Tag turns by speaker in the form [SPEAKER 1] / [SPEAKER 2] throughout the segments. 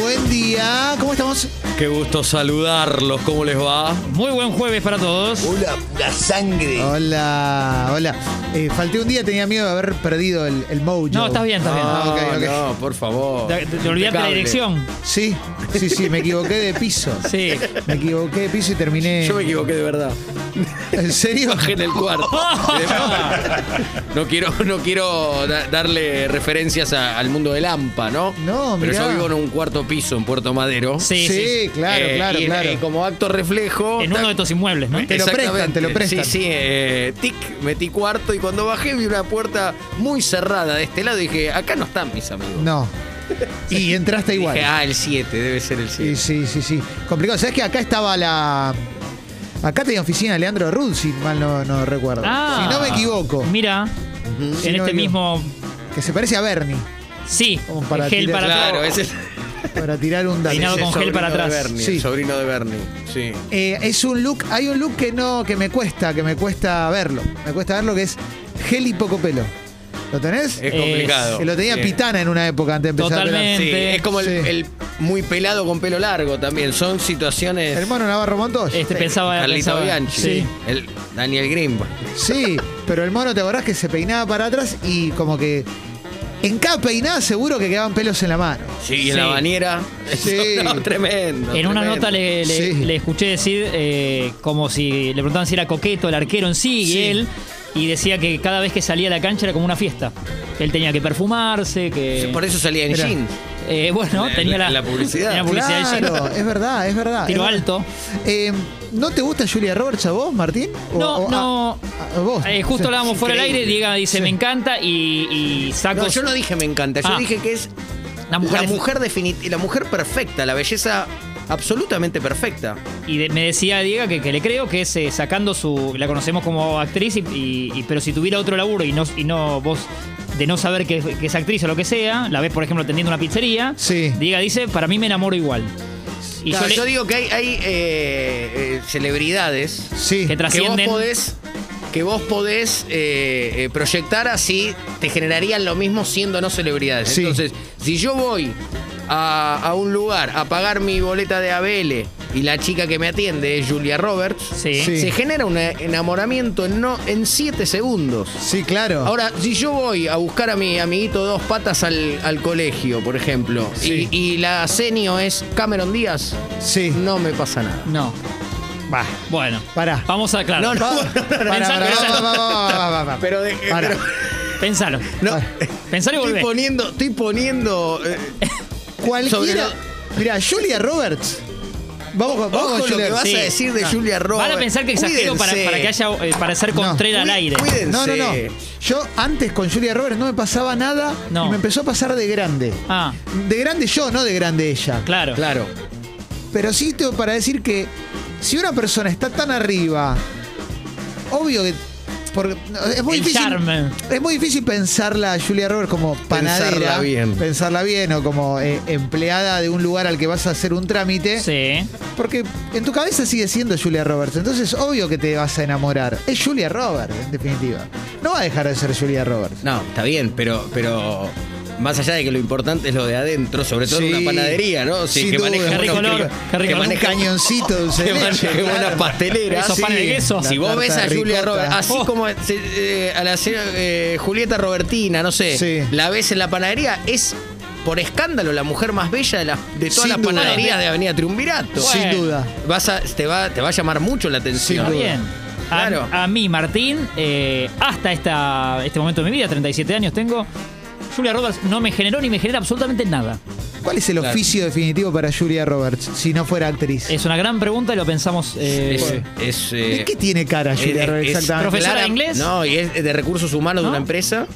[SPEAKER 1] Buen día, ¿cómo estamos?
[SPEAKER 2] Qué gusto saludarlos, ¿cómo les va?
[SPEAKER 1] Ah,
[SPEAKER 3] Muy buen jueves para todos.
[SPEAKER 4] Hola, la sangre.
[SPEAKER 1] Hola, hola. Eh, falté un día, tenía miedo de haber perdido el, el mojo.
[SPEAKER 3] No, estás bien, estás bien.
[SPEAKER 1] Ah, ok, ok.
[SPEAKER 2] No, por favor.
[SPEAKER 3] Te, te olvidaste la
[SPEAKER 2] Impecable.
[SPEAKER 3] dirección.
[SPEAKER 1] Sí, sí, sí, me equivoqué de piso.
[SPEAKER 3] Sí.
[SPEAKER 1] Me equivoqué de piso y terminé.
[SPEAKER 2] Yo me equivoqué de verdad.
[SPEAKER 1] ¿En serio?
[SPEAKER 2] Bajé en el cuarto. No quiero, no quiero da- darle referencias a- al mundo del AMPA, ¿no?
[SPEAKER 1] No,
[SPEAKER 2] Pero
[SPEAKER 1] mirá.
[SPEAKER 2] yo vivo en un cuarto piso en Puerto Madero.
[SPEAKER 3] Sí, sí.
[SPEAKER 1] claro,
[SPEAKER 2] Eh,
[SPEAKER 1] claro,
[SPEAKER 2] y,
[SPEAKER 1] claro.
[SPEAKER 2] y como acto reflejo.
[SPEAKER 3] En uno de tus inmuebles, ¿no?
[SPEAKER 1] Te lo prestan,
[SPEAKER 2] Exactamente.
[SPEAKER 1] te lo prestan.
[SPEAKER 2] Sí, sí. eh, tic, metí cuarto y cuando bajé vi una puerta muy cerrada de este lado y dije, acá no están mis amigos.
[SPEAKER 1] No. Y entraste
[SPEAKER 2] Dije,
[SPEAKER 1] igual.
[SPEAKER 2] ah, el 7, debe ser el 7.
[SPEAKER 1] Sí, sí, sí, sí. Complicado. ¿Sabes que acá estaba la. Acá tenía oficina Leandro Rud, si mal no, no recuerdo.
[SPEAKER 3] Ah.
[SPEAKER 1] si no me equivoco.
[SPEAKER 3] Mira,
[SPEAKER 1] Si
[SPEAKER 3] en
[SPEAKER 1] no
[SPEAKER 3] este
[SPEAKER 1] me
[SPEAKER 3] mismo.
[SPEAKER 1] Que se parece a Bernie.
[SPEAKER 3] Sí,
[SPEAKER 1] Como para
[SPEAKER 3] gel
[SPEAKER 1] tirar-
[SPEAKER 3] para
[SPEAKER 2] Claro,
[SPEAKER 3] todo.
[SPEAKER 2] ese es el,
[SPEAKER 1] Para tirar un dato.
[SPEAKER 3] Peinado
[SPEAKER 2] ese
[SPEAKER 3] con gel
[SPEAKER 2] sobrino
[SPEAKER 3] para
[SPEAKER 2] de
[SPEAKER 3] atrás.
[SPEAKER 2] Bernie,
[SPEAKER 1] Sí.
[SPEAKER 2] El sobrino de Bernie, sí.
[SPEAKER 1] Eh, es un look, hay un look que no, que me cuesta, que me cuesta verlo. Me cuesta verlo que es gel y poco pelo. ¿Lo tenés?
[SPEAKER 2] Es
[SPEAKER 3] Eh,
[SPEAKER 2] complicado.
[SPEAKER 1] que lo tenía
[SPEAKER 2] Sí.
[SPEAKER 1] Pitana en una época antes de empezar
[SPEAKER 3] Totalmente.
[SPEAKER 1] a
[SPEAKER 2] Sí, es como el,
[SPEAKER 1] Sí.
[SPEAKER 2] el muy pelado con pelo largo también. Son situaciones.
[SPEAKER 1] Hermano Navarro Montoya.
[SPEAKER 3] Este pensaba.
[SPEAKER 2] Carlito
[SPEAKER 3] pensaba-
[SPEAKER 2] Bianchi.
[SPEAKER 3] Sí.
[SPEAKER 2] El Daniel Grimm.
[SPEAKER 1] Sí, pero el mono, ¿te acordás que se peinaba para atrás y como que en cada peinada seguro que quedaban pelos en la mano?
[SPEAKER 2] Sí,
[SPEAKER 3] Sí.
[SPEAKER 2] en la bañera.
[SPEAKER 1] Sí.
[SPEAKER 2] No, tremendo.
[SPEAKER 3] En una
[SPEAKER 2] tremendo.
[SPEAKER 3] nota le, le-
[SPEAKER 1] Sí.
[SPEAKER 3] le escuché decir eh, como si le preguntaban si era coqueto el arquero en sí,
[SPEAKER 1] Sí.
[SPEAKER 3] y él, y decía que cada vez que salía a la cancha era como una fiesta. Él tenía que perfumarse, que...
[SPEAKER 2] Por eso salía en
[SPEAKER 1] Mirá.
[SPEAKER 2] jeans.
[SPEAKER 3] eh, bueno,
[SPEAKER 2] En-
[SPEAKER 3] tenía
[SPEAKER 2] en
[SPEAKER 3] la,
[SPEAKER 2] la publicidad.
[SPEAKER 3] tenía publicidad de
[SPEAKER 1] claro,
[SPEAKER 3] lleno.
[SPEAKER 1] es verdad, es verdad.
[SPEAKER 3] Tiro
[SPEAKER 1] Ah, es verdad.
[SPEAKER 3] alto.
[SPEAKER 1] Eh, ¿No te gusta Julia Roberts a vos, Martín? O- o
[SPEAKER 3] No,
[SPEAKER 1] ah, oh, a-
[SPEAKER 3] no.
[SPEAKER 1] a vos.
[SPEAKER 3] Eh, justo
[SPEAKER 1] Sí.
[SPEAKER 3] hablábamos fuera del aire,
[SPEAKER 2] increíble.
[SPEAKER 3] Diego dice, me encanta, y, y saco...
[SPEAKER 2] No, yo no dije me encanta. Yo
[SPEAKER 3] Ah.
[SPEAKER 2] dije que es
[SPEAKER 3] La mujer
[SPEAKER 2] la
[SPEAKER 3] es-
[SPEAKER 2] mujer, definit- la mujer perfecta, la belleza absolutamente perfecta.
[SPEAKER 3] Y de- me decía Diego que, que le creo que es eh, sacando su. La conocemos como actriz, y, y- y- pero si tuviera otro laburo y no, y no vos. De no saber que, que es actriz o lo que sea, la ves, por ejemplo, atendiendo una pizzería.
[SPEAKER 1] Sí.
[SPEAKER 3] Diga, dice, para mí me enamoro igual. Y
[SPEAKER 2] Claro,
[SPEAKER 3] yo, le-
[SPEAKER 2] yo digo que hay, hay, eh, eh, celebridades
[SPEAKER 1] Sí.
[SPEAKER 3] que
[SPEAKER 2] que vos
[SPEAKER 3] trascienden.
[SPEAKER 2] podés, que vos podés eh, eh, proyectar así, te generarían lo mismo siendo no celebridades.
[SPEAKER 1] Sí.
[SPEAKER 2] Entonces, si yo voy a, a un lugar a pagar mi boleta de ABL y la chica que me atiende es Julia Roberts,
[SPEAKER 3] Sí.
[SPEAKER 1] Sí.
[SPEAKER 2] se genera un enamoramiento en, no, en siete segundos.
[SPEAKER 1] Sí, claro.
[SPEAKER 2] Ahora, si yo voy a buscar a mi amiguito dos patas al, al colegio, por ejemplo,
[SPEAKER 1] Sí.
[SPEAKER 2] y, y la senio es Cameron Díaz,
[SPEAKER 1] sí.
[SPEAKER 2] no me pasa nada.
[SPEAKER 3] No.
[SPEAKER 1] Va.
[SPEAKER 3] Bueno.
[SPEAKER 1] Pará.
[SPEAKER 3] Vamos a aclarar.
[SPEAKER 1] Va- pará,
[SPEAKER 3] Pensá-
[SPEAKER 1] pará, va,
[SPEAKER 3] pensá-
[SPEAKER 1] va, va, va, va, va.
[SPEAKER 2] Pero, de- eh,
[SPEAKER 1] Pará.
[SPEAKER 2] pero-
[SPEAKER 3] Pensalo.
[SPEAKER 1] Ah,
[SPEAKER 2] no,
[SPEAKER 3] Pensalo y
[SPEAKER 2] estoy
[SPEAKER 3] volvé.
[SPEAKER 2] poniendo, estoy poniendo. eh,
[SPEAKER 1] Cualquiera.
[SPEAKER 2] Sobre
[SPEAKER 1] Mirá, Julia Roberts. Vamos, con- vamos
[SPEAKER 2] ojo
[SPEAKER 1] con
[SPEAKER 2] lo
[SPEAKER 1] Julia
[SPEAKER 2] que vas
[SPEAKER 1] Roberts.
[SPEAKER 3] Sí.
[SPEAKER 2] a decir de
[SPEAKER 3] No.
[SPEAKER 2] Julia Roberts.
[SPEAKER 3] Van a pensar que exagero para,
[SPEAKER 2] Cuídense.
[SPEAKER 3] para que haya eh, para hacer contrera al
[SPEAKER 2] Cuí-
[SPEAKER 3] aire.
[SPEAKER 2] Cuídense.
[SPEAKER 1] No, no, no. Yo antes con Julia Roberts no me pasaba nada
[SPEAKER 3] No.
[SPEAKER 1] y me empezó a pasar de grande.
[SPEAKER 3] Ah,
[SPEAKER 1] De grande yo, no de grande ella.
[SPEAKER 3] claro.
[SPEAKER 2] Claro.
[SPEAKER 1] Pero sí tengo para decir que si una persona está tan arriba, obvio que. porque- no, es muy
[SPEAKER 3] El
[SPEAKER 1] difícil.
[SPEAKER 3] charme.
[SPEAKER 1] Es muy difícil pensarla a Julia Roberts como panadera.
[SPEAKER 2] Pensarla bien.
[SPEAKER 1] Pensarla bien o como eh, empleada de un lugar al que vas a hacer un trámite.
[SPEAKER 3] Sí.
[SPEAKER 1] Porque en tu cabeza sigue siendo Julia Roberts. Entonces, obvio que te vas a enamorar. Es Julia Roberts, en definitiva. No va a dejar de ser Julia Roberts.
[SPEAKER 2] No, está bien, pero, pero más allá de que lo importante es lo de adentro, sobre todo
[SPEAKER 1] Sí.
[SPEAKER 2] en una panadería, ¿no? Sí,
[SPEAKER 1] Sin
[SPEAKER 2] que
[SPEAKER 1] duda.
[SPEAKER 2] maneja
[SPEAKER 1] Qué
[SPEAKER 2] buenos
[SPEAKER 3] rico olor,
[SPEAKER 2] cri-
[SPEAKER 3] qué rico
[SPEAKER 2] que
[SPEAKER 3] olor.
[SPEAKER 2] maneja
[SPEAKER 1] Cañoncito de dulce de
[SPEAKER 2] que
[SPEAKER 1] leche,
[SPEAKER 2] maneja buenas
[SPEAKER 1] claro.
[SPEAKER 2] pasteleras.
[SPEAKER 3] Esos
[SPEAKER 2] Sí.
[SPEAKER 3] panes de queso.
[SPEAKER 2] Si
[SPEAKER 1] La
[SPEAKER 2] vos ves
[SPEAKER 1] tarta
[SPEAKER 2] a
[SPEAKER 1] de
[SPEAKER 2] Julia
[SPEAKER 1] ricota.
[SPEAKER 2] Roberts, así
[SPEAKER 3] Oh.
[SPEAKER 2] como se- eh, a la señora, eh, Julieta Robertina, no sé,
[SPEAKER 1] Sí.
[SPEAKER 2] la ves en la panadería, es por escándalo la mujer más bella de, las- de todas
[SPEAKER 1] Sin
[SPEAKER 2] las
[SPEAKER 1] duda.
[SPEAKER 2] panaderías de Avenida Triunvirato.
[SPEAKER 3] Bueno.
[SPEAKER 1] Sin duda.
[SPEAKER 2] Vas a- te, va, te va a llamar mucho la atención.
[SPEAKER 1] Sin
[SPEAKER 3] Está
[SPEAKER 1] duda.
[SPEAKER 3] bien. A,
[SPEAKER 2] Claro.
[SPEAKER 3] a mí, Martín, eh, hasta esta, este momento de mi vida, 37 años tengo, Julia Roberts no me generó ni me genera absolutamente nada.
[SPEAKER 1] ¿Cuál es el
[SPEAKER 2] Claro.
[SPEAKER 1] oficio definitivo para Julia Roberts si no fuera actriz?
[SPEAKER 3] Es una gran pregunta y lo pensamos. eh,
[SPEAKER 2] Es, es, eh,
[SPEAKER 1] ¿De qué tiene cara
[SPEAKER 2] es-
[SPEAKER 1] Julia
[SPEAKER 2] es-
[SPEAKER 1] Roberts
[SPEAKER 2] es
[SPEAKER 1] exactamente?
[SPEAKER 3] ¿Profesora
[SPEAKER 2] clara-
[SPEAKER 3] de inglés?
[SPEAKER 2] No, y es de recursos humanos
[SPEAKER 3] ¿No?
[SPEAKER 2] de una empresa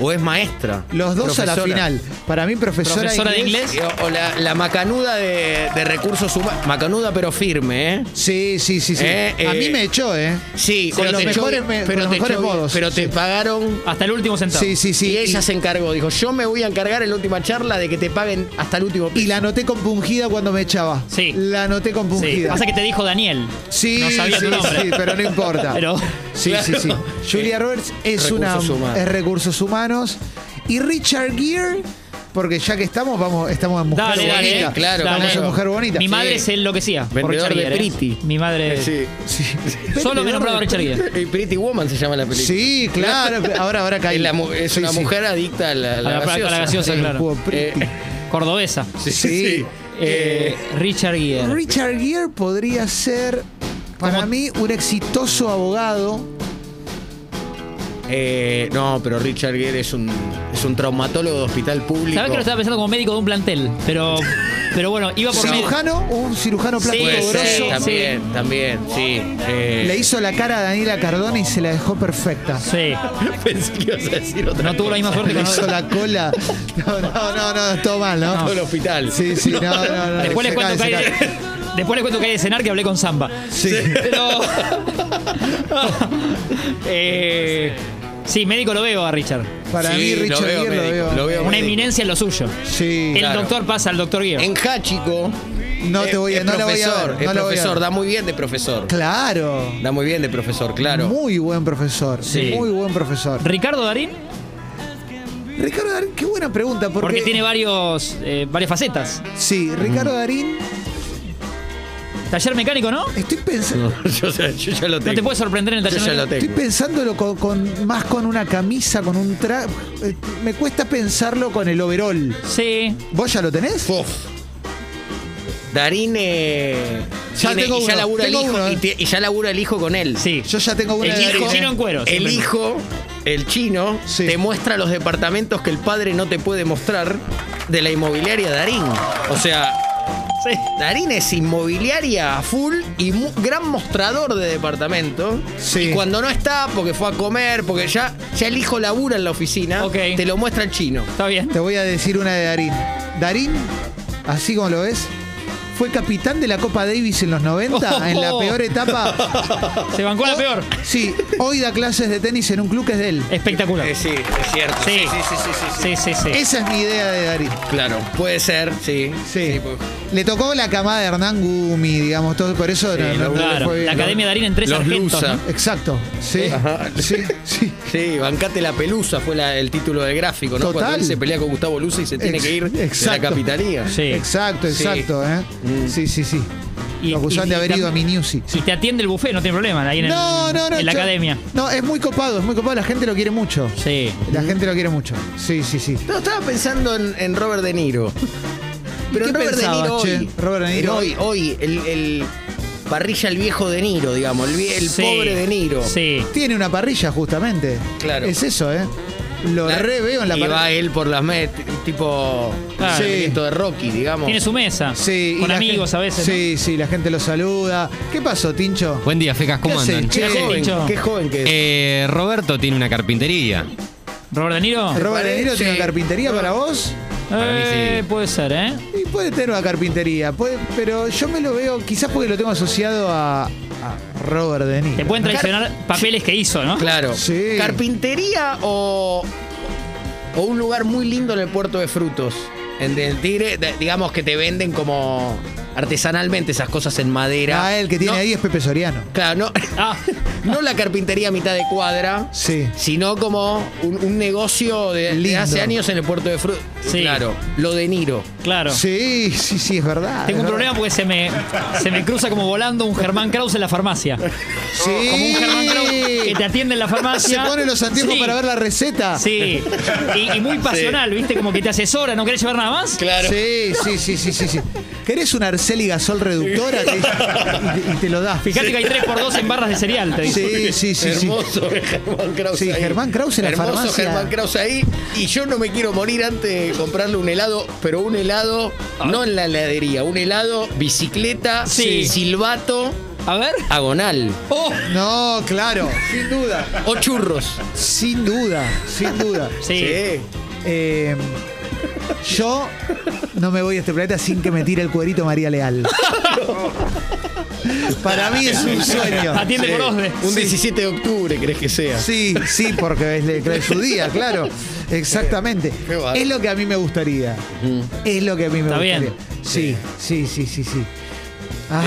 [SPEAKER 2] o es maestra.
[SPEAKER 1] Los dos a la
[SPEAKER 2] Profesora.
[SPEAKER 1] final. Para mí, profesora,
[SPEAKER 3] profesora de inglés.
[SPEAKER 2] O, o la, la macanuda de, de recursos humanos. Macanuda pero firme, ¿eh?
[SPEAKER 1] Sí, sí, sí. sí.
[SPEAKER 2] Eh,
[SPEAKER 1] a
[SPEAKER 2] eh,
[SPEAKER 1] mí me echó, ¿eh?
[SPEAKER 2] Sí,
[SPEAKER 1] Con
[SPEAKER 2] pero
[SPEAKER 1] los
[SPEAKER 2] te echó-
[SPEAKER 1] mejores me- con los
[SPEAKER 2] te
[SPEAKER 1] mejores
[SPEAKER 2] echó bien,
[SPEAKER 1] modos,
[SPEAKER 2] Pero te
[SPEAKER 1] sí.
[SPEAKER 2] pagaron
[SPEAKER 3] hasta el último centavo.
[SPEAKER 1] Sí, sí, sí.
[SPEAKER 2] y ella
[SPEAKER 1] Y-
[SPEAKER 2] se encargó. Dijo, yo me voy a encargar en la última charla de que te paguen hasta el último
[SPEAKER 1] Y
[SPEAKER 2] peso.
[SPEAKER 1] la noté compungida cuando me echaba.
[SPEAKER 3] Sí.
[SPEAKER 1] La noté
[SPEAKER 3] Sí.
[SPEAKER 1] compungida.
[SPEAKER 3] Pasa que te dijo Daniel.
[SPEAKER 1] Sí,
[SPEAKER 3] No sabía
[SPEAKER 1] sí,
[SPEAKER 3] tu nombre.
[SPEAKER 1] sí, pero no importa.
[SPEAKER 3] Pero-
[SPEAKER 1] sí, sí, sí.
[SPEAKER 2] Claro.
[SPEAKER 1] Julia Roberts es
[SPEAKER 2] Recursos
[SPEAKER 1] una
[SPEAKER 2] humanos.
[SPEAKER 1] es recursos humanos y Richard Gere porque ya que estamos, vamos, estamos en mujer
[SPEAKER 3] Dale,
[SPEAKER 1] bonita.
[SPEAKER 3] dale,
[SPEAKER 2] eh, claro,
[SPEAKER 1] Estamos
[SPEAKER 2] claro.
[SPEAKER 1] en mujer bonita.
[SPEAKER 3] Mi
[SPEAKER 1] Sí.
[SPEAKER 3] madre se enloquecía. por
[SPEAKER 2] Vendedor
[SPEAKER 3] Richard
[SPEAKER 2] de
[SPEAKER 3] Gere, ¿eh?
[SPEAKER 2] Priti.
[SPEAKER 3] Mi madre.
[SPEAKER 1] Sí.
[SPEAKER 3] Solo me nombraba Richard Gere.
[SPEAKER 2] Eh, Pretty Woman se llama la película.
[SPEAKER 1] Sí, claro. Ahora, ahora caí.
[SPEAKER 2] Es, la mu- es
[SPEAKER 1] Sí,
[SPEAKER 2] una
[SPEAKER 1] sí.
[SPEAKER 2] mujer adicta a la,
[SPEAKER 3] A la, a la gaseosa,
[SPEAKER 1] Sí,
[SPEAKER 3] claro.
[SPEAKER 1] Cubo Pretty.
[SPEAKER 2] Eh,
[SPEAKER 3] Cordobesa.
[SPEAKER 2] Sí,
[SPEAKER 1] Sí.
[SPEAKER 3] Eh, Richard Gere.
[SPEAKER 1] Richard Gere podría ser, para mí, un exitoso abogado.
[SPEAKER 2] Eh, no, pero Richard Gere es un, es un traumatólogo de hospital público.
[SPEAKER 3] Sabés que lo estaba pensando como médico de un plantel, pero, pero bueno, iba por medio.
[SPEAKER 1] Cirujano, un cirujano plástico
[SPEAKER 2] Puede
[SPEAKER 1] grosso.
[SPEAKER 2] ser,
[SPEAKER 3] Sí,
[SPEAKER 2] también, también, sí. Eh,
[SPEAKER 1] Le hizo la cara a Daniela Cardona y se la dejó perfecta.
[SPEAKER 3] Sí.
[SPEAKER 2] Pensé que ibas a decir otra
[SPEAKER 3] No tuvo la misma suerte
[SPEAKER 1] Le
[SPEAKER 3] que
[SPEAKER 1] hizo
[SPEAKER 3] nosotros.
[SPEAKER 1] la cola. No, no, no, no, todo mal, ¿no?
[SPEAKER 2] Todo el hospital.
[SPEAKER 1] Sí, sí, no, no, no. no,
[SPEAKER 3] Después les
[SPEAKER 1] se
[SPEAKER 3] cuento que
[SPEAKER 1] cae,
[SPEAKER 3] hay
[SPEAKER 1] se cae.
[SPEAKER 3] después les cuento que hay de cenar que hablé con Samba.
[SPEAKER 1] Sí.
[SPEAKER 3] Pero. Eh, sí, médico lo veo a Richard.
[SPEAKER 1] Para
[SPEAKER 2] Sí,
[SPEAKER 1] mí,
[SPEAKER 2] lo
[SPEAKER 1] Richard
[SPEAKER 2] veo
[SPEAKER 1] Gere lo
[SPEAKER 2] médico,
[SPEAKER 1] veo.
[SPEAKER 2] lo veo.
[SPEAKER 3] Una eminencia en lo suyo.
[SPEAKER 1] Sí.
[SPEAKER 3] El
[SPEAKER 2] Claro.
[SPEAKER 3] doctor pasa al doctor Gere.
[SPEAKER 2] En Hachico.
[SPEAKER 1] No te voy a-
[SPEAKER 2] es
[SPEAKER 1] no la voy a
[SPEAKER 2] profesor,
[SPEAKER 1] ver,
[SPEAKER 2] es
[SPEAKER 1] no la voy a
[SPEAKER 2] profesor,
[SPEAKER 1] ver.
[SPEAKER 2] da muy bien de profesor.
[SPEAKER 1] Claro.
[SPEAKER 2] Da muy bien de profesor, claro.
[SPEAKER 1] Muy buen profesor.
[SPEAKER 3] Sí.
[SPEAKER 1] Muy buen profesor.
[SPEAKER 3] Ricardo Darín,
[SPEAKER 1] Ricardo Darín, qué buena pregunta. Porque,
[SPEAKER 3] porque tiene varios, eh, varias facetas.
[SPEAKER 1] Sí,
[SPEAKER 2] Mm.
[SPEAKER 1] Ricardo Darín,
[SPEAKER 3] Taller mecánico, ¿no?
[SPEAKER 1] estoy pensando.
[SPEAKER 2] yo, sé, yo ya lo tengo.
[SPEAKER 3] No te puede sorprender en el
[SPEAKER 2] Yo
[SPEAKER 3] taller
[SPEAKER 2] ya lo
[SPEAKER 3] mecánico.
[SPEAKER 1] Estoy
[SPEAKER 2] tengo.
[SPEAKER 1] pensándolo con, con- más con una camisa, con un tra... eh, Me cuesta pensarlo con el overall.
[SPEAKER 3] Sí.
[SPEAKER 1] ¿Vos ya lo tenés?
[SPEAKER 2] Uf. Darín eh,
[SPEAKER 1] Ya
[SPEAKER 2] tiene-
[SPEAKER 1] tengo
[SPEAKER 2] y
[SPEAKER 1] uno,
[SPEAKER 2] ya labura el
[SPEAKER 1] tengo
[SPEAKER 2] hijo
[SPEAKER 1] uno,
[SPEAKER 2] y,
[SPEAKER 1] eh.
[SPEAKER 2] te- y ya labura el hijo con él.
[SPEAKER 3] Sí.
[SPEAKER 1] Yo ya tengo una
[SPEAKER 2] El
[SPEAKER 1] de
[SPEAKER 2] hijo-
[SPEAKER 1] Darín,
[SPEAKER 3] chino
[SPEAKER 1] ¿eh?
[SPEAKER 3] en cuero.
[SPEAKER 2] El
[SPEAKER 3] siempre.
[SPEAKER 2] hijo, el chino,
[SPEAKER 1] Sí.
[SPEAKER 2] te muestra los departamentos que el padre no te puede mostrar de la inmobiliaria Darín. O sea,
[SPEAKER 3] Sí.
[SPEAKER 2] Darín es inmobiliaria a full y mu- gran mostrador de departamento.
[SPEAKER 1] Sí.
[SPEAKER 2] Y cuando no está, porque fue a comer, porque ya, ya el hijo labura en la oficina,
[SPEAKER 3] Ok.
[SPEAKER 2] te lo muestra el chino.
[SPEAKER 3] Está bien.
[SPEAKER 1] Te voy a decir una de Darín. Darín, así como lo ves, fue capitán de la Copa Davis en los 90, en la peor etapa.
[SPEAKER 3] Se bancó
[SPEAKER 1] Oh.
[SPEAKER 3] la peor.
[SPEAKER 1] Sí, hoy da clases de tenis en un club que es de él.
[SPEAKER 3] Espectacular.
[SPEAKER 2] Eh, sí, es cierto. sí,
[SPEAKER 3] Sí.
[SPEAKER 2] sí, sí, sí, sí.
[SPEAKER 3] Sí, sí, sí.
[SPEAKER 1] Esa es mi idea de Darín.
[SPEAKER 2] Claro, puede ser, sí. pues.
[SPEAKER 1] Sí.
[SPEAKER 2] porque-
[SPEAKER 1] Le tocó la camada de Hernán Gumi, digamos, todo, por eso no- no- no le
[SPEAKER 3] Claro.
[SPEAKER 1] fue bien,
[SPEAKER 3] La
[SPEAKER 1] ¿no?
[SPEAKER 3] Academia Darín en tres
[SPEAKER 2] Los
[SPEAKER 3] sargentos.
[SPEAKER 2] Lusa.
[SPEAKER 3] ¿no?
[SPEAKER 1] Exacto, sí.
[SPEAKER 2] Ajá.
[SPEAKER 1] Sí, sí.
[SPEAKER 2] Sí, bancate la pelusa fue la- el título del gráfico, ¿no?
[SPEAKER 1] Total.
[SPEAKER 2] Cuando él se pelea con Gustavo Lusa y se tiene
[SPEAKER 1] Ex-
[SPEAKER 2] que ir de
[SPEAKER 1] exacto.
[SPEAKER 2] la capitanía.
[SPEAKER 3] Sí. Mm.
[SPEAKER 1] Exacto,
[SPEAKER 2] Sí.
[SPEAKER 1] exacto, ¿eh? Sí, sí, sí.
[SPEAKER 3] Y-
[SPEAKER 1] Lo acusaron
[SPEAKER 3] y-
[SPEAKER 1] de haber
[SPEAKER 3] y
[SPEAKER 1] ido a
[SPEAKER 3] tam-
[SPEAKER 1] Miniusi.
[SPEAKER 3] Y te atiende el buffet, no tiene problema. Ahí en, el-
[SPEAKER 1] No, no, no.
[SPEAKER 3] en la
[SPEAKER 1] yo-
[SPEAKER 3] academia.
[SPEAKER 1] No, es muy copado, es muy copado. La gente lo quiere mucho.
[SPEAKER 3] Sí.
[SPEAKER 1] La gente lo quiere mucho. Sí, sí, sí.
[SPEAKER 2] No, estaba pensando en, en Robert De Niro. Pero
[SPEAKER 1] ¿Qué
[SPEAKER 2] Robert,
[SPEAKER 1] pensabas,
[SPEAKER 2] de Niro
[SPEAKER 1] che?
[SPEAKER 2] hoy,
[SPEAKER 1] Robert De Niro.
[SPEAKER 2] Hoy, hoy, el, el parrilla el viejo De Niro, digamos, el, vie- el
[SPEAKER 3] Sí.
[SPEAKER 2] pobre De Niro.
[SPEAKER 3] Sí.
[SPEAKER 1] Tiene una parrilla, justamente.
[SPEAKER 2] Claro.
[SPEAKER 1] Es eso, ¿eh? Lo
[SPEAKER 2] La-
[SPEAKER 1] re veo en la
[SPEAKER 2] y va
[SPEAKER 1] parrilla.
[SPEAKER 2] él por las met, tipo
[SPEAKER 3] Claro.
[SPEAKER 2] el evento de Rocky, digamos.
[SPEAKER 3] Tiene su mesa.
[SPEAKER 1] Sí, y
[SPEAKER 3] Con
[SPEAKER 1] la
[SPEAKER 3] amigos
[SPEAKER 1] gente-
[SPEAKER 3] a veces.
[SPEAKER 1] Sí, sí, la gente lo saluda. ¿Qué pasó, Tincho?
[SPEAKER 4] Buen día, fecas, ¿cómo
[SPEAKER 1] ¿Qué haces,
[SPEAKER 4] andan?
[SPEAKER 1] che?
[SPEAKER 2] Qué
[SPEAKER 3] Sí,
[SPEAKER 2] joven,
[SPEAKER 3] Tincho.
[SPEAKER 2] qué joven que es.
[SPEAKER 4] Eh, Roberto tiene una carpintería.
[SPEAKER 3] ¿no? Robert De Niro.
[SPEAKER 1] ¿Robert De Niro
[SPEAKER 2] parece-
[SPEAKER 1] tiene una carpintería para vos?
[SPEAKER 4] Para mí
[SPEAKER 3] Eh,
[SPEAKER 4] sí.
[SPEAKER 3] Puede ser, ¿eh?
[SPEAKER 1] Y puede tener una carpintería, puede- pero yo me lo veo, quizás porque lo tengo asociado a, a Robert De Niro.
[SPEAKER 3] Te pueden traicionar papeles que hizo, ¿no?
[SPEAKER 2] Claro.
[SPEAKER 1] Sí.
[SPEAKER 2] Carpintería o, o un lugar muy lindo en el puerto de frutos. En el Tigre, de- digamos que te venden como artesanalmente esas cosas en madera.
[SPEAKER 1] Ah, el que tiene
[SPEAKER 2] No,
[SPEAKER 1] ahí es Pepe Soriano.
[SPEAKER 2] Claro, no,
[SPEAKER 3] Ah,
[SPEAKER 2] no la carpintería a mitad de cuadra,
[SPEAKER 1] Sí.
[SPEAKER 2] sino como un, un negocio de, de
[SPEAKER 1] Lindo.
[SPEAKER 2] hace años en el puerto de frutos.
[SPEAKER 3] Sí.
[SPEAKER 2] Claro, lo de Niro.
[SPEAKER 3] claro.
[SPEAKER 1] Sí, sí, sí, es verdad.
[SPEAKER 3] Tengo
[SPEAKER 1] es
[SPEAKER 3] un
[SPEAKER 1] verdad.
[SPEAKER 3] problema porque se me, se me cruza como volando un Germán Krause en la farmacia.
[SPEAKER 1] Sí.
[SPEAKER 3] Como un Germán Krause que te atiende en la
[SPEAKER 1] Se
[SPEAKER 3] farmacia.
[SPEAKER 1] pone los anteojos
[SPEAKER 3] Sí,
[SPEAKER 1] para ver la receta.
[SPEAKER 3] Sí. Y, y muy pasional, ¿viste? Como que te asesora, ¿no querés llevar nada más?
[SPEAKER 2] Claro.
[SPEAKER 1] Sí, sí, sí, sí, sí, sí. ¿Querés una Arcel y gasol reductora? Te- y, te, y te lo da.
[SPEAKER 3] Fíjate que hay 3x2 en barras de cereal, te dice.
[SPEAKER 1] Sí, sí, sí, sí.
[SPEAKER 2] Hermoso Germán Krause.
[SPEAKER 1] Sí,
[SPEAKER 2] ahí.
[SPEAKER 1] Germán Krause en la
[SPEAKER 2] Hermoso
[SPEAKER 1] farmacia.
[SPEAKER 2] Germán Krause ahí. Y yo no me quiero morir antes de comprarle un helado, pero un helado,
[SPEAKER 3] Ah.
[SPEAKER 2] no en la heladería, un helado, bicicleta,
[SPEAKER 3] Sí.
[SPEAKER 2] silbato,
[SPEAKER 3] A ver.
[SPEAKER 2] agonal.
[SPEAKER 3] Oh.
[SPEAKER 1] No, claro, sin duda.
[SPEAKER 2] O churros.
[SPEAKER 1] Sin duda, sin duda.
[SPEAKER 3] Sí.
[SPEAKER 1] Eh, yo no me voy a este planeta sin que me tire el cuerito María Leal. Para mí es un sueño.
[SPEAKER 3] Atiende
[SPEAKER 2] Sí.
[SPEAKER 3] por Osde.
[SPEAKER 2] Un 17 de octubre, crees que sea.
[SPEAKER 1] Sí, sí, porque es, de- es su día, claro. Exactamente.
[SPEAKER 2] Qué bárbaro.
[SPEAKER 1] Es lo que a mí me gustaría. Es lo que a mí me
[SPEAKER 3] Está
[SPEAKER 1] gustaría.
[SPEAKER 3] bien.
[SPEAKER 1] Sí, sí, sí, sí, sí. Ah,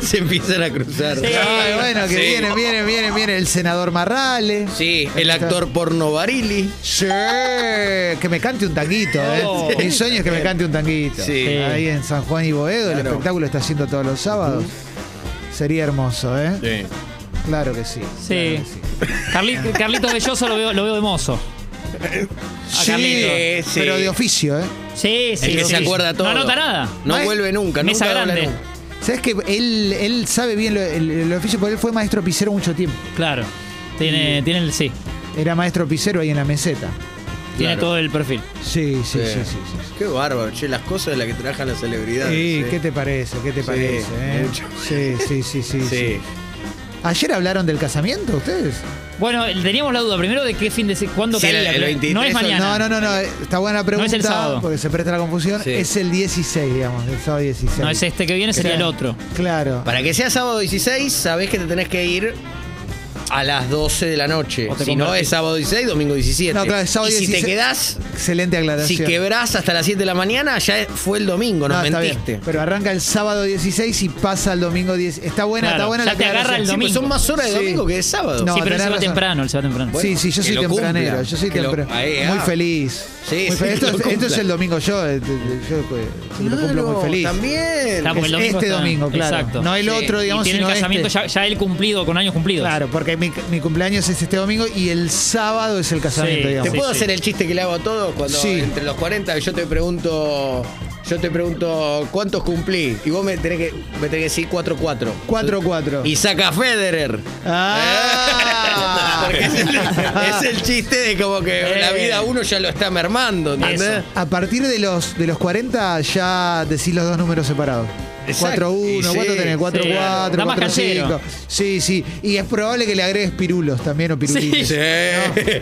[SPEAKER 2] se empiezan a cruzar.
[SPEAKER 3] Sí.
[SPEAKER 1] Ay, Ah, bueno, que
[SPEAKER 2] Eh, Sí.
[SPEAKER 1] viene, viene, viene, viene el senador Marrales.
[SPEAKER 2] Sí, el actor porno Barili.
[SPEAKER 1] Sí, que me cante un tanguito, ¿eh?
[SPEAKER 3] Oh.
[SPEAKER 1] Mi sueño es que me cante un tanguito.
[SPEAKER 2] Sí.
[SPEAKER 1] Ahí en San Juan y Boedo, el
[SPEAKER 2] Claro.
[SPEAKER 1] espectáculo está haciendo todos los sábados. Sería hermoso, ¿eh?
[SPEAKER 5] Sí.
[SPEAKER 1] Claro que sí.
[SPEAKER 3] Sí. Carli- Carlitos Belloso lo veo, lo veo de mozo. A Carlitos.
[SPEAKER 2] Eh, Sí, sí.
[SPEAKER 1] Pero de oficio, ¿eh?
[SPEAKER 3] Sí, sí.
[SPEAKER 2] El que
[SPEAKER 3] sí.
[SPEAKER 2] se acuerda todo.
[SPEAKER 3] No anota nada.
[SPEAKER 2] No
[SPEAKER 1] Maes-
[SPEAKER 2] vuelve nunca,
[SPEAKER 3] Mesa
[SPEAKER 2] nunca habla
[SPEAKER 3] grande.
[SPEAKER 2] nunca.
[SPEAKER 1] ¿Sabes que él, él sabe bien lo- el, el oficio? Porque él fue maestro pisero mucho tiempo.
[SPEAKER 3] Claro. Tiene, tiene el sí.
[SPEAKER 1] Era maestro pisero ahí en la meseta.
[SPEAKER 3] Tiene
[SPEAKER 2] Claro.
[SPEAKER 3] todo el perfil.
[SPEAKER 1] Sí, sí, sí, sí.
[SPEAKER 2] Sí.
[SPEAKER 1] sí, sí.
[SPEAKER 2] Eh, Qué bárbaro, che, las cosas de las que trabajan las celebridades.
[SPEAKER 1] Sí,
[SPEAKER 2] eh.
[SPEAKER 1] ¿qué te parece? ¿Qué te
[SPEAKER 2] Sí,
[SPEAKER 1] parece? eh?
[SPEAKER 2] mucho.
[SPEAKER 1] Sí, sí, sí, sí, sí.
[SPEAKER 2] Sí.
[SPEAKER 1] ¿Ayer hablaron del casamiento ustedes?
[SPEAKER 3] Bueno, teníamos la duda primero de qué fin de se- cuándo
[SPEAKER 2] Sí, el-
[SPEAKER 3] caía.
[SPEAKER 2] el
[SPEAKER 3] pero
[SPEAKER 2] 23
[SPEAKER 3] no es
[SPEAKER 2] o-
[SPEAKER 3] mañana.
[SPEAKER 1] No, no, no, no, está buena la pregunta.
[SPEAKER 3] es el sábado.
[SPEAKER 1] Porque se presta la confusión.
[SPEAKER 2] Sí.
[SPEAKER 1] Es el 16, digamos, el sábado 16.
[SPEAKER 3] No es este que viene, sería el otro.
[SPEAKER 1] Claro.
[SPEAKER 2] Para que sea sábado 16, sabés que te tenés que ir a las 12 de la noche.
[SPEAKER 3] O te
[SPEAKER 2] Si no
[SPEAKER 3] convertís.
[SPEAKER 2] es sábado 16, domingo 17.
[SPEAKER 1] No, claro, es sábado
[SPEAKER 2] y si
[SPEAKER 1] 16.
[SPEAKER 2] te quedás,
[SPEAKER 1] Excelente
[SPEAKER 2] si
[SPEAKER 1] aclaración.
[SPEAKER 2] quebrás hasta las 7 de la mañana, ya fue el domingo, nos
[SPEAKER 1] No, está bien.
[SPEAKER 2] mentiste.
[SPEAKER 1] Pero arranca el sábado 16 y pasa el domingo 10. Está buena,
[SPEAKER 3] Claro,
[SPEAKER 1] está buena
[SPEAKER 3] ya
[SPEAKER 1] la
[SPEAKER 3] te agarra
[SPEAKER 1] aclaración.
[SPEAKER 3] el
[SPEAKER 2] Sí, pues
[SPEAKER 3] domingo.
[SPEAKER 2] son más horas de
[SPEAKER 1] Sí.
[SPEAKER 2] domingo que de sábado.
[SPEAKER 1] No,
[SPEAKER 3] sí, pero él
[SPEAKER 1] tenés
[SPEAKER 3] se va
[SPEAKER 1] razón.
[SPEAKER 3] temprano, él se va temprano.
[SPEAKER 1] sí, sí, yo
[SPEAKER 2] que
[SPEAKER 1] soy
[SPEAKER 2] lo cumpla,
[SPEAKER 1] tempranero, yo soy
[SPEAKER 2] que lo-
[SPEAKER 1] tempranero.
[SPEAKER 2] ahí, ah.
[SPEAKER 1] muy feliz.
[SPEAKER 2] Sí,
[SPEAKER 1] Muy
[SPEAKER 2] sí,
[SPEAKER 1] feliz. Esto,
[SPEAKER 2] que lo
[SPEAKER 1] es- esto es
[SPEAKER 2] cumpla.
[SPEAKER 1] el domingo yo, eh, te- te- yo, eh, lo cumplo
[SPEAKER 2] Claro,
[SPEAKER 1] muy feliz.
[SPEAKER 2] También.
[SPEAKER 3] Está, porque el
[SPEAKER 1] Es
[SPEAKER 3] domingo
[SPEAKER 1] este
[SPEAKER 3] está-
[SPEAKER 1] domingo, claro.
[SPEAKER 3] Exacto.
[SPEAKER 1] No el
[SPEAKER 2] Sí.
[SPEAKER 1] otro, digamos,
[SPEAKER 3] y tiene
[SPEAKER 1] sino
[SPEAKER 3] el casamiento
[SPEAKER 1] este.
[SPEAKER 3] ya, ya él cumplido, con años cumplidos.
[SPEAKER 1] Claro, porque mi, mi cumpleaños es este domingo y el sábado es el casamiento,
[SPEAKER 3] Sí,
[SPEAKER 2] ¿Te
[SPEAKER 1] digamos.
[SPEAKER 3] sí,
[SPEAKER 2] puedo hacer el chiste que le hago a todos cuando
[SPEAKER 1] Sí.
[SPEAKER 2] entre los 40 yo te pregunto yo te pregunto cuántos cumplí y vos me tenés que me tenés que decir 4 4.
[SPEAKER 1] 4-4.
[SPEAKER 2] Y saca Federer.
[SPEAKER 1] Ah.
[SPEAKER 2] Porque es el, es el chiste de como que
[SPEAKER 3] Eh.
[SPEAKER 2] la vida uno ya lo está mermando, ¿entendés?
[SPEAKER 3] Eso.
[SPEAKER 1] A partir de los, de los 40 ya decís los dos números separados.
[SPEAKER 2] Exacto.
[SPEAKER 1] 4-1,
[SPEAKER 2] Y sí,
[SPEAKER 1] 4 tenés, 4
[SPEAKER 3] sí.
[SPEAKER 1] 4
[SPEAKER 3] Da más
[SPEAKER 1] 4
[SPEAKER 3] canchero.
[SPEAKER 1] 5 Sí, sí. Y es probable que le agregues pirulos también o pirulines.
[SPEAKER 2] Sí.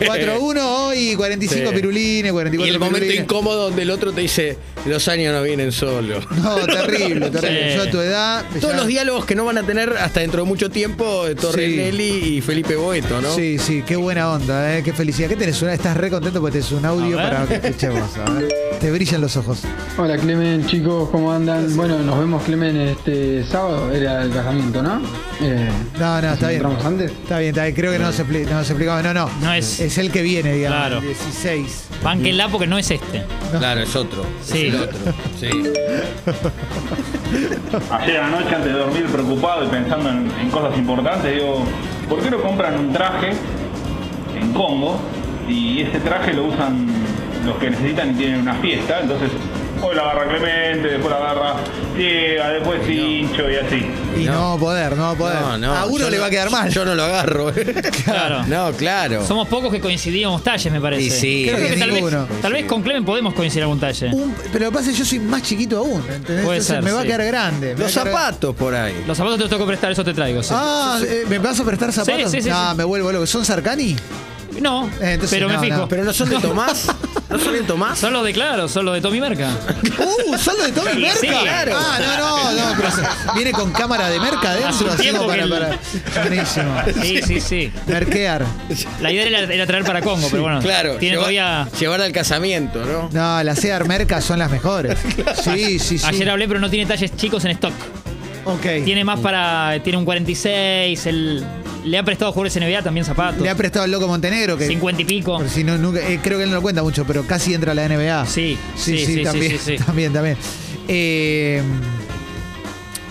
[SPEAKER 1] 4-1 hoy, 45
[SPEAKER 2] Sí.
[SPEAKER 1] pirulines, 44
[SPEAKER 2] Y el momento
[SPEAKER 1] pirulines.
[SPEAKER 2] incómodo donde el otro te dice, los años no vienen solos.
[SPEAKER 1] No, terrible, terrible.
[SPEAKER 3] Sí.
[SPEAKER 1] Yo a tu edad.
[SPEAKER 2] Todos
[SPEAKER 1] ya-
[SPEAKER 2] los diálogos que no van a tener hasta dentro de mucho tiempo de Torrenelli y Felipe Boeto, ¿no?
[SPEAKER 1] Sí, sí, qué buena onda, ¿eh? qué felicidad. ¿Qué tenés? Una- Estás re contento porque tenés un audio
[SPEAKER 3] A ver.
[SPEAKER 1] para que escuchemos. a ver. Te brillan los ojos.
[SPEAKER 6] Hola Clemen, chicos, ¿cómo andan? Bueno, nos vemos Clemen este sábado, era el casamiento, ¿no? Eh,
[SPEAKER 1] No, no,
[SPEAKER 6] ¿nos
[SPEAKER 1] está bien.
[SPEAKER 6] encontramos antes?
[SPEAKER 1] Está bien, está bien. Creo que no nos, expli- no nos explicamos. No, no.
[SPEAKER 3] No es-
[SPEAKER 1] es el que viene, digamos.
[SPEAKER 3] Claro.
[SPEAKER 1] 16.
[SPEAKER 3] Bánquenla porque no es este.
[SPEAKER 2] Claro, es otro.
[SPEAKER 3] Sí.
[SPEAKER 2] Es el otro. Sí.
[SPEAKER 7] Ayer a la noche antes de dormir preocupado y pensando en, en cosas importantes, digo, ¿por qué no compran un traje en Congo y ese traje lo usan los que necesitan y tienen una fiesta? Entonces, hoy la agarra Clemente, después la agarra Diego, después Hincho y así.
[SPEAKER 1] Y no. va a poder, no va a poder.
[SPEAKER 2] No, no,
[SPEAKER 1] a uno
[SPEAKER 2] yo
[SPEAKER 1] le
[SPEAKER 2] no-
[SPEAKER 1] va a quedar mal.
[SPEAKER 2] Yo no lo agarro. eh.
[SPEAKER 3] Claro.
[SPEAKER 2] No, claro.
[SPEAKER 3] Somos pocos que coincidíamos talles, me parece.
[SPEAKER 2] Y sí.
[SPEAKER 3] Creo que
[SPEAKER 1] Creo que
[SPEAKER 3] tal, vez,
[SPEAKER 1] ninguno.
[SPEAKER 3] tal vez con Clemen podemos coincidir algún talle.
[SPEAKER 1] Un- pero lo que pasa es que yo soy más chiquito aún, ¿entendés?
[SPEAKER 3] Puede
[SPEAKER 1] Entonces
[SPEAKER 3] ser,
[SPEAKER 1] me va
[SPEAKER 3] sí.
[SPEAKER 1] a quedar grande. me
[SPEAKER 2] Los
[SPEAKER 1] va a quedar-
[SPEAKER 2] zapatos por ahí.
[SPEAKER 3] Los zapatos te los tengo que prestar, eso te traigo. sí.
[SPEAKER 1] Ah, eh, ¿me vas a prestar zapatos?
[SPEAKER 3] sí, sí,
[SPEAKER 1] no,
[SPEAKER 3] sí.
[SPEAKER 1] me vuelvo loco. ¿Son Sarcani?
[SPEAKER 3] No,
[SPEAKER 1] Eh, entonces
[SPEAKER 3] pero
[SPEAKER 1] no,
[SPEAKER 3] me fijo.
[SPEAKER 1] no.
[SPEAKER 2] Pero no son de Tomás. ¿No son de Tomás?
[SPEAKER 3] Son los de claro, son los de Tommy Merca.
[SPEAKER 1] ¡Uh! ¿Son los de Tommy
[SPEAKER 3] Sí,
[SPEAKER 1] Merca?
[SPEAKER 3] sí, claro.
[SPEAKER 1] Ah, no, no, no. Pero se- viene con cámara de Merca
[SPEAKER 3] Hace
[SPEAKER 1] adentro.
[SPEAKER 3] un
[SPEAKER 1] Así como
[SPEAKER 3] tiempo
[SPEAKER 1] para,
[SPEAKER 3] que
[SPEAKER 1] para- Buenísimo.
[SPEAKER 3] Sí, sí, sí.
[SPEAKER 1] Merquear.
[SPEAKER 3] La idea era, era traer para Congo, pero bueno.
[SPEAKER 2] Claro.
[SPEAKER 3] Tiene
[SPEAKER 2] llevar-
[SPEAKER 3] todavía.
[SPEAKER 2] Llevar al casamiento, ¿no?
[SPEAKER 1] No, las Sear Merca son las mejores. Sí, sí, sí.
[SPEAKER 3] Ayer hablé, pero no tiene talles chicos en stock.
[SPEAKER 1] Ok.
[SPEAKER 3] Tiene más para. Tiene un 46. El, le ha prestado jugadores NBA también zapatos.
[SPEAKER 1] Le ha prestado el loco Montenegro. Que,
[SPEAKER 3] 50 y pico.
[SPEAKER 1] por si no, nunca- eh, creo que él no lo cuenta mucho, pero casi entra a la NBA.
[SPEAKER 3] Sí,
[SPEAKER 1] Sí, sí,
[SPEAKER 3] sí, sí,
[SPEAKER 1] también,
[SPEAKER 3] sí, sí.
[SPEAKER 1] también, también. Eh,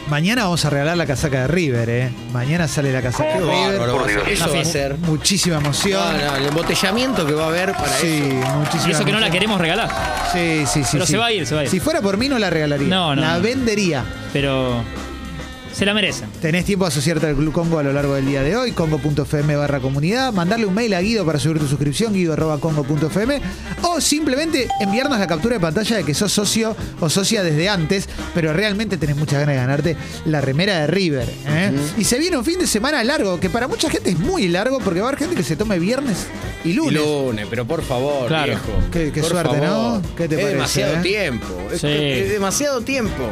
[SPEAKER 1] mañana vamos a regalar la casaca de River, ¿eh? Mañana sale la casaca de River.
[SPEAKER 2] bárbaro, va a ser- Eso
[SPEAKER 3] No,
[SPEAKER 2] va a
[SPEAKER 3] sí.
[SPEAKER 2] ser.
[SPEAKER 1] Muchísima emoción.
[SPEAKER 2] No, no, el embotellamiento que va a haber para
[SPEAKER 1] sí,
[SPEAKER 2] eso.
[SPEAKER 1] muchísima
[SPEAKER 3] Y eso que no la
[SPEAKER 1] emoción.
[SPEAKER 3] queremos regalar.
[SPEAKER 1] Sí, sí, sí.
[SPEAKER 3] Pero
[SPEAKER 1] sí.
[SPEAKER 3] se va a ir, se va a ir.
[SPEAKER 1] Si fuera por mí, no la regalaría.
[SPEAKER 3] No, no,
[SPEAKER 1] La
[SPEAKER 3] no.
[SPEAKER 1] vendería.
[SPEAKER 3] Pero. Se la merecen.
[SPEAKER 1] Tenés tiempo de asociarte al Club Congo a lo largo del día de hoy, congo.fm barra comunidad, mandarle un mail a Guido para subir tu suscripción, guido arroba congo.fm, o simplemente enviarnos la captura de pantalla de que sos socio o socia desde antes, pero realmente tenés muchas ganas de ganarte la remera de River. ¿eh? Y se viene un fin de semana largo, que para mucha gente es muy largo, porque va a haber gente que se tome viernes y
[SPEAKER 2] Y
[SPEAKER 1] lunes.
[SPEAKER 2] Lunes, pero por favor,
[SPEAKER 3] Claro.
[SPEAKER 2] viejo.
[SPEAKER 1] Qué- qué
[SPEAKER 2] Por
[SPEAKER 1] suerte,
[SPEAKER 2] favor.
[SPEAKER 1] ¿no? ¿Qué te
[SPEAKER 2] es
[SPEAKER 1] parece,
[SPEAKER 2] demasiado
[SPEAKER 1] eh?
[SPEAKER 2] tiempo. Es,
[SPEAKER 3] Sí.
[SPEAKER 2] es demasiado tiempo.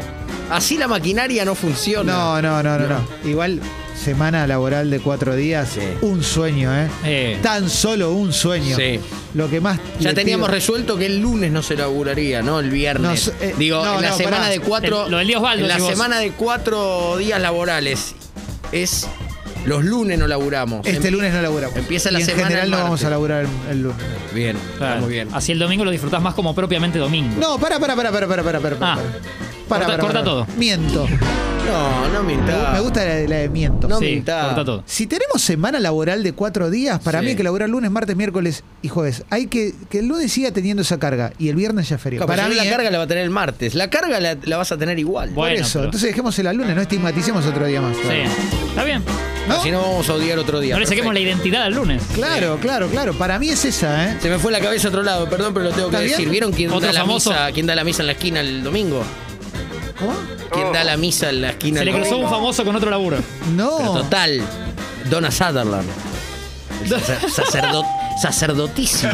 [SPEAKER 2] Así la maquinaria no funciona.
[SPEAKER 1] No, no, no, no, no. Igual semana laboral de cuatro días,
[SPEAKER 2] Sí.
[SPEAKER 1] un sueño, ¿eh?
[SPEAKER 3] Eh.
[SPEAKER 1] Tan solo un sueño.
[SPEAKER 2] Sí.
[SPEAKER 1] Lo que más.
[SPEAKER 2] Ya
[SPEAKER 1] le
[SPEAKER 2] teníamos
[SPEAKER 1] pido-
[SPEAKER 2] resuelto que el lunes no se laburaría, ¿no? El viernes.
[SPEAKER 1] No, eh,
[SPEAKER 2] Digo,
[SPEAKER 1] no,
[SPEAKER 2] en la
[SPEAKER 1] no,
[SPEAKER 2] semana
[SPEAKER 1] pará.
[SPEAKER 2] de cuatro.
[SPEAKER 3] El- lo del día Osvaldo,
[SPEAKER 2] en la
[SPEAKER 3] decís vos.
[SPEAKER 2] semana de cuatro días laborales es. Los lunes no laburamos.
[SPEAKER 1] Este
[SPEAKER 2] Em-
[SPEAKER 1] lunes no laburamos.
[SPEAKER 2] Empieza la
[SPEAKER 1] y en
[SPEAKER 2] semana
[SPEAKER 1] general
[SPEAKER 2] el
[SPEAKER 1] no vamos
[SPEAKER 2] martes.
[SPEAKER 1] a laburar el- el lunes.
[SPEAKER 2] Bien,
[SPEAKER 3] Claro. Ah.
[SPEAKER 2] está muy bien.
[SPEAKER 3] Así el domingo lo disfrutás más como propiamente domingo.
[SPEAKER 1] No, para, para, para, para, para, para, para.
[SPEAKER 3] Ah. Corta- corta todo.
[SPEAKER 1] Miento.
[SPEAKER 2] No, no minta.
[SPEAKER 1] Me gusta la, de- la de miento.
[SPEAKER 2] No
[SPEAKER 3] Sí,
[SPEAKER 2] mintá.
[SPEAKER 3] corta todo.
[SPEAKER 1] Si tenemos semana laboral de cuatro días, para
[SPEAKER 2] Sí.
[SPEAKER 1] mí hay que laburar lunes, martes, miércoles y jueves. Hay que que el lunes siga teniendo esa carga y el viernes ya es feriado.
[SPEAKER 2] Capaz,
[SPEAKER 1] para
[SPEAKER 2] yo
[SPEAKER 1] mí,
[SPEAKER 2] la
[SPEAKER 1] ¿eh?
[SPEAKER 2] carga la va a tener el martes. La carga la, la vas a tener igual.
[SPEAKER 1] por
[SPEAKER 3] Bueno,
[SPEAKER 1] eso.
[SPEAKER 3] pero-
[SPEAKER 1] Entonces dejémosela el lunes, no estigmaticemos otro día más.
[SPEAKER 3] Sí. Está bien.
[SPEAKER 1] ¿No?
[SPEAKER 2] Si no, vamos a odiar otro día.
[SPEAKER 3] No le saquemos la
[SPEAKER 2] Perfecto.
[SPEAKER 3] identidad al lunes.
[SPEAKER 1] Claro, claro, claro. Para mí es esa, ¿eh?
[SPEAKER 2] Se me fue la cabeza a otro lado, perdón, pero lo tengo que
[SPEAKER 1] ¿Está bien?
[SPEAKER 2] decir. ¿Vieron quién
[SPEAKER 3] Otro
[SPEAKER 2] da, la
[SPEAKER 3] famoso.
[SPEAKER 2] misa, quién da la misa en la esquina el domingo?
[SPEAKER 1] ¿Cómo?
[SPEAKER 2] ¿Quién da la misa en la esquina
[SPEAKER 3] Se
[SPEAKER 2] el
[SPEAKER 3] le cruzó
[SPEAKER 2] domingo?
[SPEAKER 3] un famoso con otro laburo.
[SPEAKER 2] Pero
[SPEAKER 1] No.
[SPEAKER 2] total, Donna Sutherland. El sacer- sacerdo- sacerdotísimo.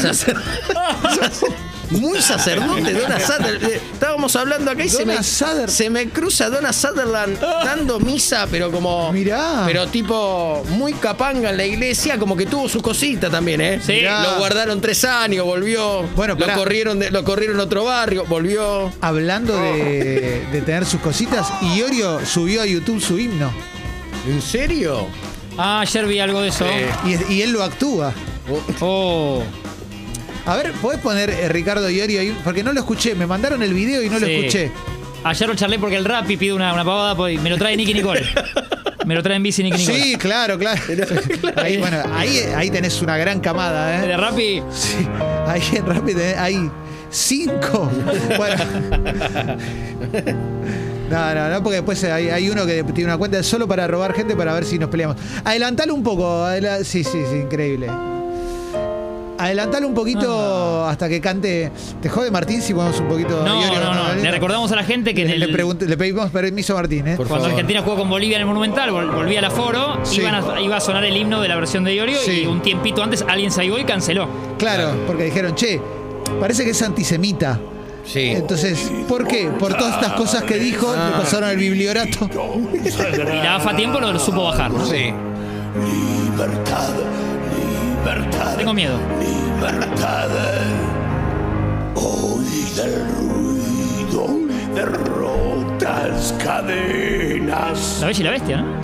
[SPEAKER 2] Sacer- sacer- muy sacerdote, Donna Sutherland. Eh, Estábamos hablando acá y se
[SPEAKER 1] Donna
[SPEAKER 2] me,
[SPEAKER 1] Suther-
[SPEAKER 2] se me cruza Donna Sutherland dando misa, pero como.
[SPEAKER 1] Mirá.
[SPEAKER 2] Pero tipo muy capanga en la iglesia, como que tuvo su cosita también, ¿eh?
[SPEAKER 3] Sí. Mirá.
[SPEAKER 2] Lo guardaron tres años, volvió.
[SPEAKER 1] Bueno,
[SPEAKER 2] lo
[SPEAKER 1] pará.
[SPEAKER 2] corrieron, de- lo corrieron a otro barrio, volvió.
[SPEAKER 1] Hablando de, de tener sus cositas, Iorio subió a YouTube su himno
[SPEAKER 2] ¿En serio?
[SPEAKER 3] Ah, ayer vi algo de eso.
[SPEAKER 2] Sí.
[SPEAKER 1] y, es- y él lo actúa.
[SPEAKER 3] Oh.
[SPEAKER 1] A ver, ¿podés poner eh, Ricardo Iorio ahí? Porque no lo escuché, me mandaron el video y no lo
[SPEAKER 3] sí.
[SPEAKER 1] escuché.
[SPEAKER 3] Ayer lo charlé porque el Rappi pide una, una pavada pues, y me lo trae Nicky Nicole. me lo trae en bici Nicky Nicole.
[SPEAKER 1] Sí, claro, claro. Ahí, bueno, ahí, ahí tenés una gran camada,
[SPEAKER 3] De
[SPEAKER 1] ¿eh?
[SPEAKER 3] Rappi.
[SPEAKER 1] Sí, ahí en rápido, ¿eh? ahí. Cinco. Bueno. No, no, no, porque después hay, hay uno que tiene una cuenta solo para robar gente para ver si nos peleamos. Adelantalo un poco. adela- sí, sí, sí, increíble. Adelantalo un poquito hasta que cante. ¿Te jode Martín si ponemos un poquito?
[SPEAKER 3] No,
[SPEAKER 1] Iorio,
[SPEAKER 3] no, no. Le recordamos a la gente que en
[SPEAKER 1] Le,
[SPEAKER 3] el,
[SPEAKER 1] le pregunté- le pedimos permiso a Martín, ¿eh?
[SPEAKER 2] Por
[SPEAKER 3] Cuando
[SPEAKER 2] favor.
[SPEAKER 3] Argentina jugó con Bolivia en el Monumental, vol- volvía al aforo,
[SPEAKER 1] Sí.
[SPEAKER 3] iban a- iba a sonar el himno de la versión de Iorio
[SPEAKER 1] Sí.
[SPEAKER 3] y un tiempito antes alguien salió y canceló.
[SPEAKER 1] Claro, porque dijeron, che, parece que es antisemita.
[SPEAKER 2] Sí.
[SPEAKER 1] Entonces, ¿por qué? Por todas estas cosas que dijo, le pasaron el bibliorato.
[SPEAKER 3] Y la AFA a tiempo lo, lo supo bajar.
[SPEAKER 2] Sí.
[SPEAKER 5] Libertad, libertad,
[SPEAKER 3] Tengo miedo.
[SPEAKER 5] libertad. Oiga el ruido de rotas cadenas.
[SPEAKER 3] La bella y la bestia, ¿no?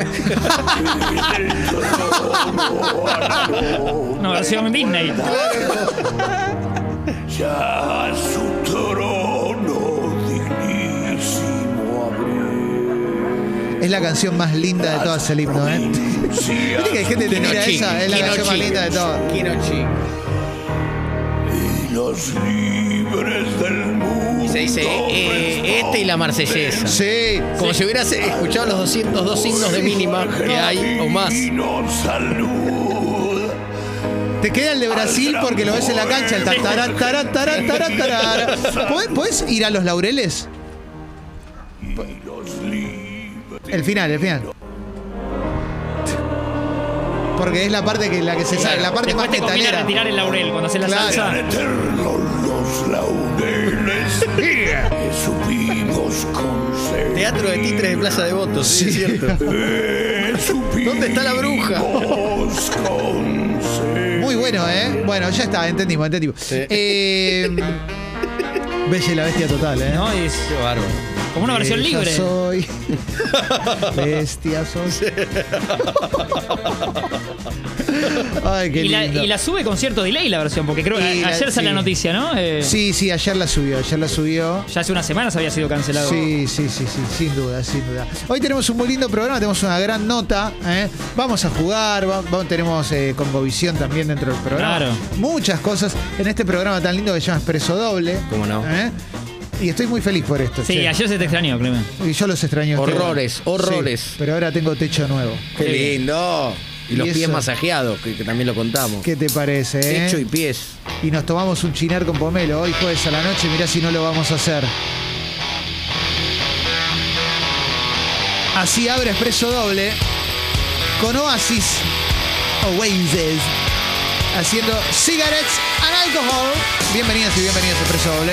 [SPEAKER 3] Una versión Disney.
[SPEAKER 5] Ya su trono dignísimo abrir.
[SPEAKER 1] Es la canción más linda de todas el himno, ¿eh? Viste que hay gente que te mira esa, es la canción más linda de todas.
[SPEAKER 2] Kinochi.
[SPEAKER 5] Y los libres del mundo.
[SPEAKER 2] Y se dice eh, este y la marsellesa.
[SPEAKER 1] Sí.
[SPEAKER 2] Como si hubieras escuchado los 202 signos de mínima que hay o más.
[SPEAKER 5] Divino salud.
[SPEAKER 1] Te queda el de Brasil porque lo ves en la cancha, el tatará, tará, tará, tará, tará. ¿Podés- ¿Podés ir a los laureles? El final, el final. Porque es la parte que la que se sale, la parte
[SPEAKER 3] Después
[SPEAKER 1] más
[SPEAKER 3] te conviene
[SPEAKER 1] metalera.
[SPEAKER 3] retirar el laurel cuando haces la
[SPEAKER 1] Claro.
[SPEAKER 3] salsa.
[SPEAKER 5] Eternos los laureles que supimos conseguir.
[SPEAKER 2] Teatro de Titres de Plaza de Votos, sí, es cierto.
[SPEAKER 5] Que supimos
[SPEAKER 2] ¿Dónde está la bruja?
[SPEAKER 5] conseguir.
[SPEAKER 1] Muy bueno, ¿eh? Bueno, ya está, entendimos, entendimos. Eh, Bella y la bestia total, ¿eh?
[SPEAKER 3] No, es
[SPEAKER 2] Qué bárbaro.
[SPEAKER 3] como una versión
[SPEAKER 1] Bella
[SPEAKER 3] libre.
[SPEAKER 1] soy. bestia soy. Ay, qué
[SPEAKER 3] Y la,
[SPEAKER 1] lindo.
[SPEAKER 3] y la sube con cierto delay la versión, porque creo
[SPEAKER 1] Y
[SPEAKER 3] que
[SPEAKER 1] la-
[SPEAKER 3] ayer sale
[SPEAKER 1] sí.
[SPEAKER 3] la noticia, ¿no? Eh,
[SPEAKER 1] Sí, sí, ayer la subió, ayer la subió.
[SPEAKER 3] Ya hace unas semanas había sido cancelado.
[SPEAKER 1] Sí, sí, sí, sí, sin duda, sin duda. Hoy tenemos un muy lindo programa, tenemos una gran nota. ¿eh? Vamos a jugar, va- va- tenemos eh, Congovisión también dentro del programa.
[SPEAKER 3] Claro.
[SPEAKER 1] Muchas cosas en este programa tan lindo que se llama Expreso Doble.
[SPEAKER 2] Cómo no.
[SPEAKER 1] ¿eh? Y estoy muy feliz por esto.
[SPEAKER 3] Sí,
[SPEAKER 1] che.
[SPEAKER 3] ayer se te extrañó, Clemen.
[SPEAKER 1] Y yo los extraño. a ustedes.
[SPEAKER 2] Horrores,
[SPEAKER 1] Sí,
[SPEAKER 2] horrores.
[SPEAKER 1] pero ahora tengo techo nuevo.
[SPEAKER 2] Qué lindo. Y los
[SPEAKER 1] Y
[SPEAKER 2] pies
[SPEAKER 1] eso.
[SPEAKER 2] masajeados, que, que también lo contamos.
[SPEAKER 1] ¿Qué te parece? eh?
[SPEAKER 2] Techo y pies.
[SPEAKER 1] y nos tomamos un chinar con pomelo hoy jueves a la noche. Mirá si no lo vamos a hacer. Así abre expreso doble con Oasis Oasis haciendo cigarettes and alcohol. Bienvenidas y bienvenidos a expreso doble.